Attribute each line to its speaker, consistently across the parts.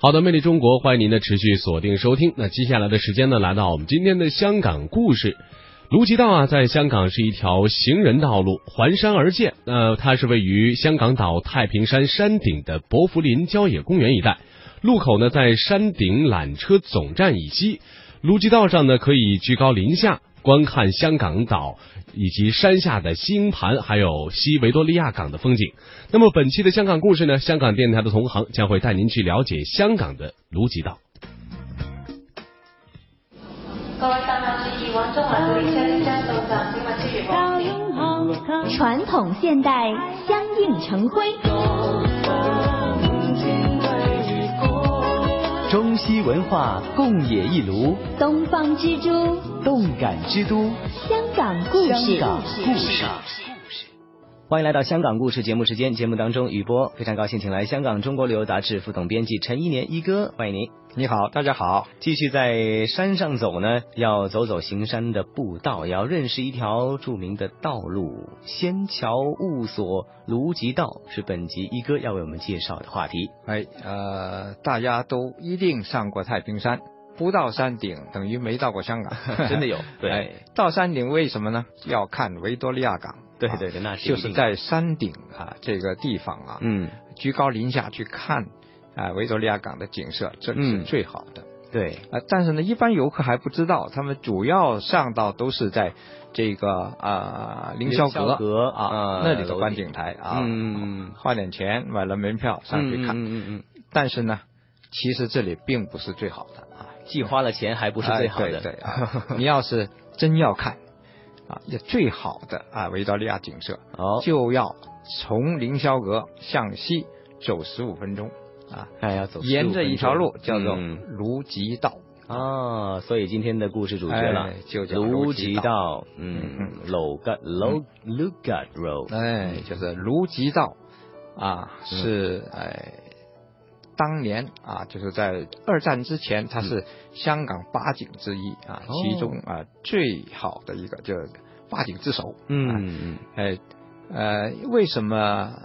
Speaker 1: 好的，魅力中国，欢迎您的持续锁定收听。那接下来的时间呢，来到我们今天的香港故事。卢吉道啊，在香港是一条行人道路，环山而建。那、呃、它是位于香港岛太平山山顶的薄扶林郊野公园一带，路口呢在山顶缆车总站以西。卢吉道上呢，可以居高临下观看香港岛以及山下的西营盘，还有西维多利亚港的风景。那么本期的香港故事呢，香港电台的同行将会带您去了解香港的卢吉道。
Speaker 2: 各位乘客注意，往中環道列車即將到站，請勿超越黃線。
Speaker 3: 传统现代相映成辉，
Speaker 4: 中西文化共冶一炉，
Speaker 3: 东方之珠，
Speaker 4: 动感之都，
Speaker 3: 香港故
Speaker 4: 香
Speaker 3: 事。
Speaker 4: 港故事。欢迎来到《香港故事》节目时间，节目当中，雨波非常高兴请来香港《中国旅游杂志》副总编辑陈一年一哥，欢迎您。你好，大家好。继续在山上走呢，要走走行山的步道，也要认识一条著名的道路——仙桥雾所卢吉道，是本集一哥要为我们介绍的话 题。。
Speaker 5: 哎，呃，大家都一定上过太平山，不到山顶等于没到过香港
Speaker 4: 真的有，对，
Speaker 5: 哎，到山顶为什么呢？要看维多利亚港。
Speaker 4: 对
Speaker 5: 啊
Speaker 4: 对对，那是一
Speaker 5: 就
Speaker 4: 定
Speaker 5: 是
Speaker 4: 的
Speaker 5: 在山顶啊这个地方啊，
Speaker 4: 嗯，
Speaker 5: 居高临下去看啊维多利亚港的景色，这
Speaker 4: 嗯
Speaker 5: 是最好的。
Speaker 4: 对，
Speaker 5: 啊，但是呢，一般游客还不知道，他们主要上到都是在这个啊凌霄
Speaker 4: 凌霄阁
Speaker 5: 啊、
Speaker 4: 啊
Speaker 5: 那里的
Speaker 4: 楼
Speaker 5: 观
Speaker 4: 顶
Speaker 5: 景台啊，
Speaker 4: 嗯嗯嗯
Speaker 5: 花点钱买了门票上去看。
Speaker 4: 嗯嗯嗯嗯，
Speaker 5: 但是呢，其实这里并不是最好的啊，
Speaker 4: 既花了钱还不是最好的，
Speaker 5: 哎对对啊 你要是真要看啊，也最好的啊维多利亚景色，
Speaker 4: 哦，
Speaker 5: 就要从凌霄阁向西走十五分钟啊，
Speaker 4: 哎要走15
Speaker 5: 沿着一条路
Speaker 4: 分
Speaker 5: 叫
Speaker 4: 钟
Speaker 5: 做
Speaker 4: 嗯
Speaker 5: 卢吉道。
Speaker 4: 哦，所以今天的故事主角了
Speaker 5: 哎，就叫
Speaker 4: 卢
Speaker 5: 卢
Speaker 4: 吉
Speaker 5: 吉
Speaker 4: 道
Speaker 5: 道，
Speaker 4: 嗯，楼干楼卢干 road，
Speaker 5: 哎，就是卢吉道啊，
Speaker 4: 嗯
Speaker 5: 是哎，当年啊，就是在二战之前，它是香港八景之一啊，
Speaker 4: 嗯哦
Speaker 5: 其中啊最好的一个就是八景之首。啊，
Speaker 4: 嗯
Speaker 5: 哎。呃，为什么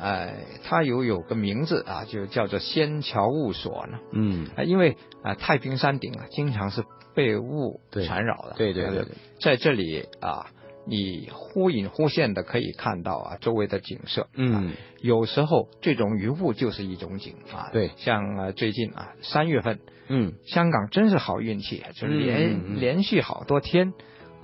Speaker 5: 呃，它有有个名字啊，就叫做仙桥雾所呢？
Speaker 4: 嗯
Speaker 5: 啊，因为啊、太平山顶啊，经常是被雾
Speaker 4: 对
Speaker 5: 缠绕的。
Speaker 4: 对对对
Speaker 5: 呃
Speaker 4: 对
Speaker 5: 在这里啊，你忽隐忽现的可以看到啊周围的景色。啊
Speaker 4: 嗯
Speaker 5: 有时候这种云雾就是一种景啊。
Speaker 4: 对
Speaker 5: 像啊最近啊三月份，
Speaker 4: 嗯
Speaker 5: 香港真是好运气，就是连、
Speaker 4: 嗯嗯嗯
Speaker 5: 连续好多天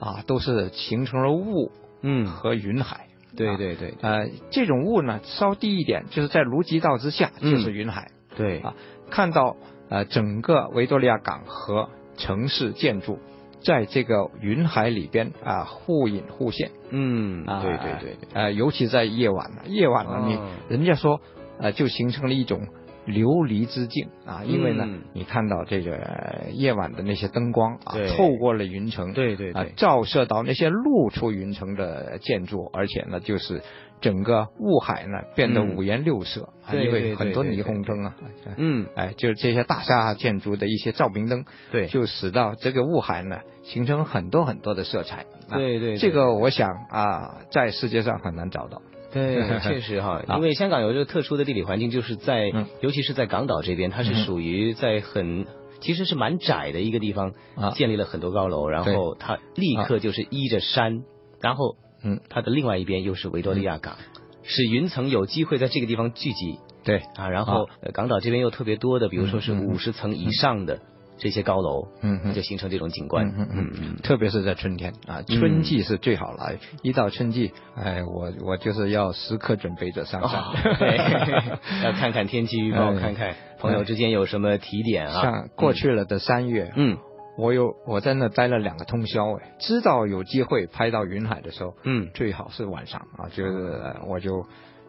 Speaker 5: 啊都是形成了雾
Speaker 4: 嗯，
Speaker 5: 和云海。
Speaker 4: 对
Speaker 5: 啊
Speaker 4: 对对
Speaker 5: 呃，这种雾呢，稍低一点，就是在卢吉道之下，
Speaker 4: 嗯
Speaker 5: 就是云海。
Speaker 4: 对
Speaker 5: 啊看到呃整个维多利亚港和城市建筑在这个云海里边啊、互隐互现
Speaker 4: 嗯
Speaker 5: 啊、
Speaker 4: 对对对对，
Speaker 5: 呃尤其在夜晚呢，夜晚呢、
Speaker 4: 哦
Speaker 5: 你人家说呃就形成了一种琉璃之境啊，因为呢、
Speaker 4: 嗯
Speaker 5: 你看到这个呃夜晚的那些灯光啊
Speaker 4: 对
Speaker 5: 透过了云层，
Speaker 4: 对对
Speaker 5: 啊
Speaker 4: 对
Speaker 5: 照射到那些露出云层的建筑，而且呢就是。整个雾海呢变得
Speaker 4: 嗯
Speaker 5: 五颜六色，啊
Speaker 4: 对
Speaker 5: 因
Speaker 4: 对
Speaker 5: 为很
Speaker 4: 对
Speaker 5: 多
Speaker 4: 对
Speaker 5: 霓
Speaker 4: 对
Speaker 5: 虹灯啊，啊
Speaker 4: 嗯
Speaker 5: 哎，就是这些大厦建筑的一些照明灯，
Speaker 4: 啊对
Speaker 5: 就使到这个雾海呢形成很多很多的色彩。啊、
Speaker 4: 对对对
Speaker 5: 这个我想啊，在世界上很难找到。
Speaker 4: 对，确实哈，
Speaker 5: 啊
Speaker 4: 因为香港有一个特殊的地理环境，就是在、
Speaker 5: 嗯
Speaker 4: 尤其是在港岛这边，它是
Speaker 5: 嗯
Speaker 4: 属于在很。其实是蛮窄的一个地方，
Speaker 5: 啊
Speaker 4: 建立了很多高楼，然后它立刻就是依着山，然后
Speaker 5: 嗯，
Speaker 4: 它的另外一边又是维多利亚港，使云层有机会在这个地方聚集
Speaker 5: 对，
Speaker 4: 啊。然后、呃港岛这边又特别多的，比如说是
Speaker 5: 嗯嗯
Speaker 4: 五十层以上的这些高楼，
Speaker 5: 嗯嗯
Speaker 4: 就形成这种景观。
Speaker 5: 嗯嗯 嗯，特别是在春天啊，
Speaker 4: 嗯
Speaker 5: 春季是最好了。一到春季，哎，我我就是要时刻准备着上山。
Speaker 4: 啊，对， 要看看天气预报，
Speaker 5: 嗯
Speaker 4: 看看朋友之间有什么提点啊。
Speaker 5: 像过去了的三月，
Speaker 4: 嗯
Speaker 5: 我有我在那待了两个通宵，哎，知道有机会拍到云海的时候，
Speaker 4: 嗯
Speaker 5: 最好是晚上啊，就是我就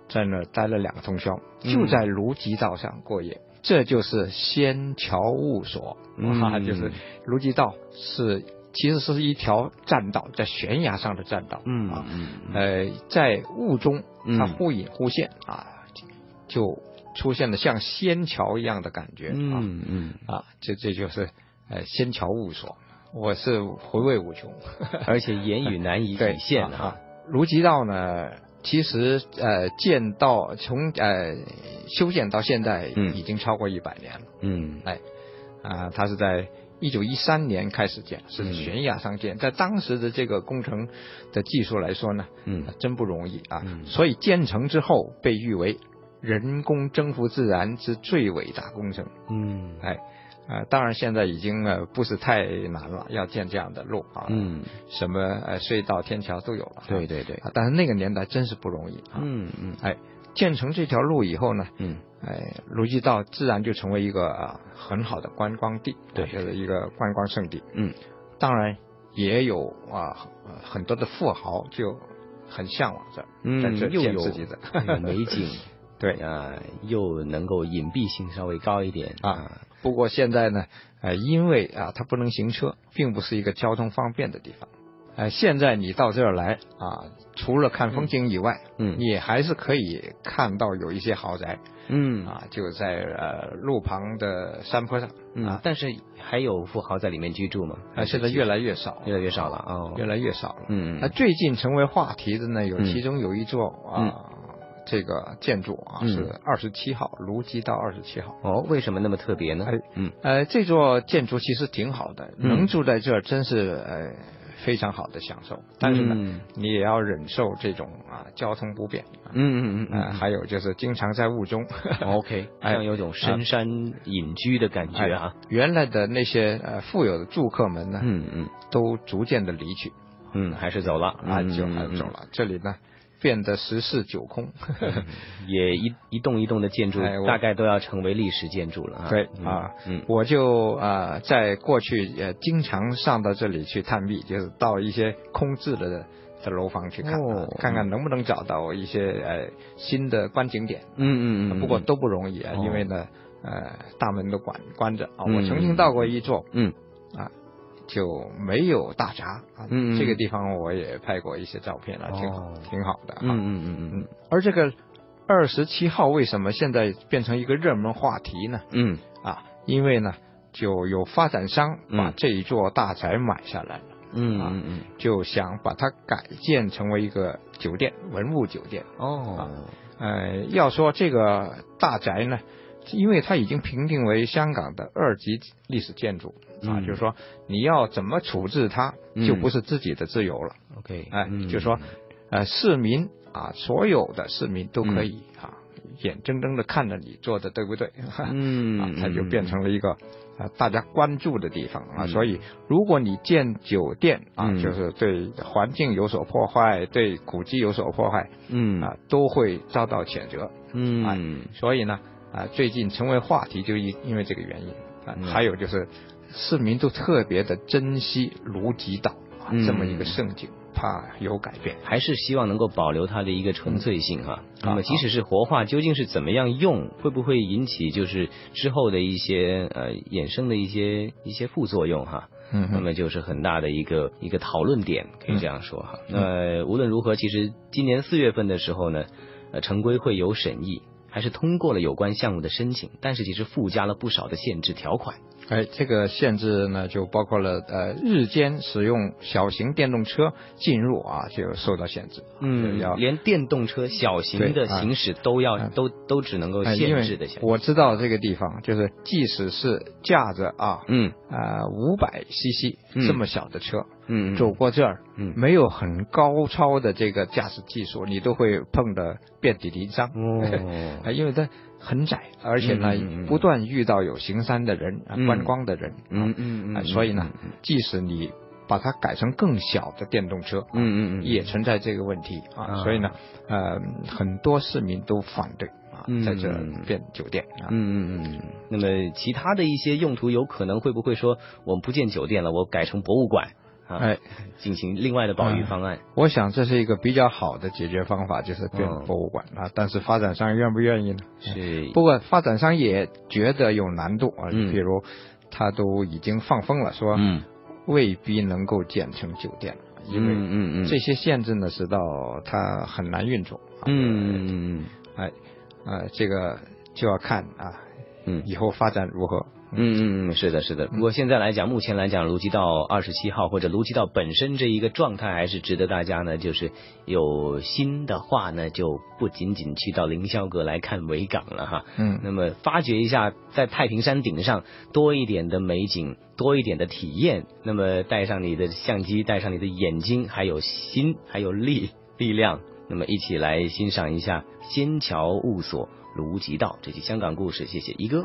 Speaker 5: 在那儿待了两个通宵，
Speaker 4: 嗯
Speaker 5: 就在卢吉道上过夜。这就是仙桥雾所，
Speaker 4: 嗯
Speaker 5: 啊，就是卢吉道是其实是一条栈道，在悬崖上的栈道，
Speaker 4: 嗯
Speaker 5: 啊，
Speaker 4: 嗯
Speaker 5: 呃，在雾中
Speaker 4: 嗯
Speaker 5: 它忽隐忽现、啊，就出现了像仙桥一样的感觉、
Speaker 4: 嗯嗯，
Speaker 5: 啊啊，这这就是呃仙桥雾所，我是回味无穷。
Speaker 4: 而且言语难以
Speaker 5: 对，啊
Speaker 4: 体现啊
Speaker 5: 啊。啊卢吉道呢，其实呃建到从呃修建到现在
Speaker 4: 嗯
Speaker 5: 已经超过一百年了，
Speaker 4: 嗯
Speaker 5: 哎啊、它是在。一九一三年开始建，是
Speaker 4: 嗯
Speaker 5: 悬崖上建，在当时的这个工程的技术来说呢，
Speaker 4: 嗯
Speaker 5: 啊真不容易啊。
Speaker 4: 嗯
Speaker 5: 所以建成之后被誉为人工征服自然之最伟大工程。
Speaker 4: 嗯
Speaker 5: 哎，啊、当然现在已经呃不是太难了，要建这样的路啊，，
Speaker 4: 嗯，
Speaker 5: 什么呃隧道、天桥都有了。
Speaker 4: 对对对，
Speaker 5: 啊，但是那个年代真是不容易啊。
Speaker 4: 嗯嗯
Speaker 5: 哎，建成这条路以后呢，
Speaker 4: 嗯
Speaker 5: 哎，卢溪道自然就成为一个、啊、很好的观光地，
Speaker 4: 对
Speaker 5: 就是一个观光胜地。
Speaker 4: 嗯，
Speaker 5: 当然也有啊呃很多的富豪就很向往这儿，在
Speaker 4: 嗯，
Speaker 5: 这儿
Speaker 4: 又
Speaker 5: 建
Speaker 4: 有嗯
Speaker 5: 自己的。
Speaker 4: 有美 景，
Speaker 5: 对
Speaker 4: 啊，又能够隐蔽性稍微高一点
Speaker 5: 啊，不过现在呢，呃，因为啊它不能行车，并不是一个交通方便的地方。呃，现在你到这儿来啊，除了看风景以外，
Speaker 4: 嗯
Speaker 5: 你还是可以看到有一些豪宅
Speaker 4: 嗯
Speaker 5: 啊，就在呃路旁的山坡上
Speaker 4: 嗯
Speaker 5: 啊，，
Speaker 4: 但是还有富豪在里面居住吗？
Speaker 5: 啊，现在越来越少，
Speaker 4: 越来越少了哦
Speaker 5: 越来越少了。
Speaker 4: 嗯
Speaker 5: 那最近成为话题的呢，有
Speaker 4: 嗯
Speaker 5: 其中有一座啊，这个建筑啊
Speaker 4: 嗯
Speaker 5: 是二十七号，卢基道二十七号。
Speaker 4: 哦，为什么那么特别呢
Speaker 5: 哎？
Speaker 4: 嗯
Speaker 5: 呃，这座建筑其实挺好的，
Speaker 4: 嗯
Speaker 5: 能住在这儿真是呃非常好的享受。但是呢，
Speaker 4: 嗯
Speaker 5: 你也要忍受这种啊交通不便，啊、
Speaker 4: 嗯嗯
Speaker 5: 呃
Speaker 4: 嗯
Speaker 5: 还有就是经常在雾中。
Speaker 4: 嗯，OK，
Speaker 5: 哎
Speaker 4: 像有种深山隐居的感觉啊。
Speaker 5: 原来的那些呃富有的住客们呢，
Speaker 4: 嗯嗯
Speaker 5: 都逐渐的离去，
Speaker 4: 嗯，还是走了
Speaker 5: 啊，就还
Speaker 4: 嗯嗯
Speaker 5: 走了。这里呢，变得十室九空。
Speaker 4: 也一一栋一栋的建筑
Speaker 5: 哎我
Speaker 4: 大概都要成为历史建筑了啊。
Speaker 5: 对
Speaker 4: 嗯
Speaker 5: 啊
Speaker 4: 嗯
Speaker 5: 我就啊，在过去也经常上到这里去探秘，就是到一些空置的的楼房去看啊、
Speaker 4: 哦
Speaker 5: 看看能不能找到一些呃新的观景点。
Speaker 4: 嗯嗯嗯，
Speaker 5: 不过都不容易啊，
Speaker 4: 哦
Speaker 5: 因为呢，呃，大门都关关着啊。
Speaker 4: 嗯
Speaker 5: 我曾经到过一座，
Speaker 4: 嗯
Speaker 5: 啊，就没有大闸啊。
Speaker 4: 嗯嗯
Speaker 5: 这个地方我也拍过一些照片了，
Speaker 4: 哦
Speaker 5: 挺好，挺好的啊。
Speaker 4: 嗯嗯嗯嗯
Speaker 5: 嗯而这个二十七号为什么现在变成一个热门话题呢？
Speaker 4: 嗯
Speaker 5: 啊，因为呢，就有发展商把
Speaker 4: 嗯
Speaker 5: 这一座大宅买下来了，
Speaker 4: 嗯嗯嗯
Speaker 5: 就想把它改建成为一个酒店，文物酒店。
Speaker 4: 哦
Speaker 5: 呃，要说这个大宅呢，因为它已经评定为香港的二级历史建筑啊，
Speaker 4: 嗯
Speaker 5: 就是说你要怎么处置它，
Speaker 4: 嗯
Speaker 5: 就不是自己的自由了。
Speaker 4: ，OK，
Speaker 5: 哎，
Speaker 4: 嗯
Speaker 5: 就是说，呃，市民啊，所有的市民都可以、啊，眼睁睁的看着你做的对不对？
Speaker 4: 嗯
Speaker 5: 啊
Speaker 4: 嗯，
Speaker 5: 它就变成了一个啊大家关注的地方啊。
Speaker 4: 嗯
Speaker 5: 所以，如果你建酒店啊，
Speaker 4: 嗯
Speaker 5: 就是对环境有所破坏，对古迹有所破坏
Speaker 4: 嗯
Speaker 5: 啊，都会遭到谴责。哎
Speaker 4: 嗯
Speaker 5: 所以呢，啊，最近成为话题就因因为这个原因啊
Speaker 4: 嗯。
Speaker 5: 还有就是，市民都特别的珍惜卢吉岛啊
Speaker 4: 嗯
Speaker 5: 这么一个盛景，怕有改变。
Speaker 4: 还是希望能够保留它的一个纯粹性哈、那
Speaker 5: 好
Speaker 4: 么即使是活化，究竟是怎么样用，会不会引起就是之后的一些呃衍生的一些一些副作用哈、
Speaker 5: 嗯
Speaker 4: 那么就是很大的一个一个讨论点，可以这样说
Speaker 5: 嗯
Speaker 4: 哈。那无论如何，其实今年四月份的时候呢，呃，城规会有审议，还是通过了有关项目的申请，但是其实附加了不少的限制条款。
Speaker 5: 哎，这个限制呢，就包括了呃，日间使用小型电动车进入啊，就受到限制。啊就嗯要
Speaker 4: 连电动车小型的
Speaker 5: 对啊
Speaker 4: 行驶都要、
Speaker 5: 啊
Speaker 4: 都都只能够
Speaker 5: 哎因
Speaker 4: 限制
Speaker 5: 为
Speaker 4: 的限制。
Speaker 5: 我知道这个地方，就是即使是驾着啊，
Speaker 4: 嗯
Speaker 5: 呃五百 CC
Speaker 4: 嗯
Speaker 5: 这么小的车、
Speaker 4: 嗯
Speaker 5: 走过这儿，
Speaker 4: 嗯
Speaker 5: 没有很高超的这个驾驶技术，你都会碰得遍体鳞伤。
Speaker 4: 哦
Speaker 5: 啊，因为它很窄，而且呢，
Speaker 4: 嗯嗯嗯嗯
Speaker 5: 不断遇到有行山的人、啊
Speaker 4: 嗯
Speaker 5: 观光的人，啊
Speaker 4: 嗯嗯嗯
Speaker 5: 啊
Speaker 4: 嗯
Speaker 5: 所以呢
Speaker 4: 嗯嗯，
Speaker 5: 即使你把它改成更小的电动车，啊
Speaker 4: 嗯嗯嗯
Speaker 5: 也存在这个问题
Speaker 4: 啊
Speaker 5: 啊，所以呢，呃，很多市民都反对啊
Speaker 4: 嗯，
Speaker 5: 在这变酒店啊，
Speaker 4: 嗯嗯嗯。那么其他的一些用途，有可能会不会说我们不建酒店了，我改成博物馆啊？
Speaker 5: 哎，
Speaker 4: 进行另外的保育方案。
Speaker 5: 我想这是一个比较好的解决方法，就是变
Speaker 4: 嗯
Speaker 5: 博物馆啊，但是发展商愿不愿意呢？
Speaker 4: 是
Speaker 5: 不过发展商也觉得有难度啊，
Speaker 4: 嗯
Speaker 5: 比如他都已经放风了，说
Speaker 4: 嗯
Speaker 5: 未必能够建成酒店，因为
Speaker 4: 嗯嗯嗯
Speaker 5: 这些限制呢，使到它很难运作。啊
Speaker 4: 嗯嗯嗯
Speaker 5: 哎，呃，这个就要看啊，
Speaker 4: 嗯
Speaker 5: 以后发展如何？
Speaker 4: 嗯嗯嗯，是的，是的。不过现在来讲，目前来讲，卢吉道二十七号或者卢吉道本身这一个状态，还是值得大家呢，就是有心的话呢，就不仅仅去到凌霄阁来看维港了哈。
Speaker 5: 嗯
Speaker 4: 那么发掘一下在太平山顶上多一点的美景，多一点的体验。那么带上你的相机，带上你的眼睛，还有心，还有力力量，那么一起来欣赏一下仙桥雾锁卢吉道这些香港故事。谢谢一哥。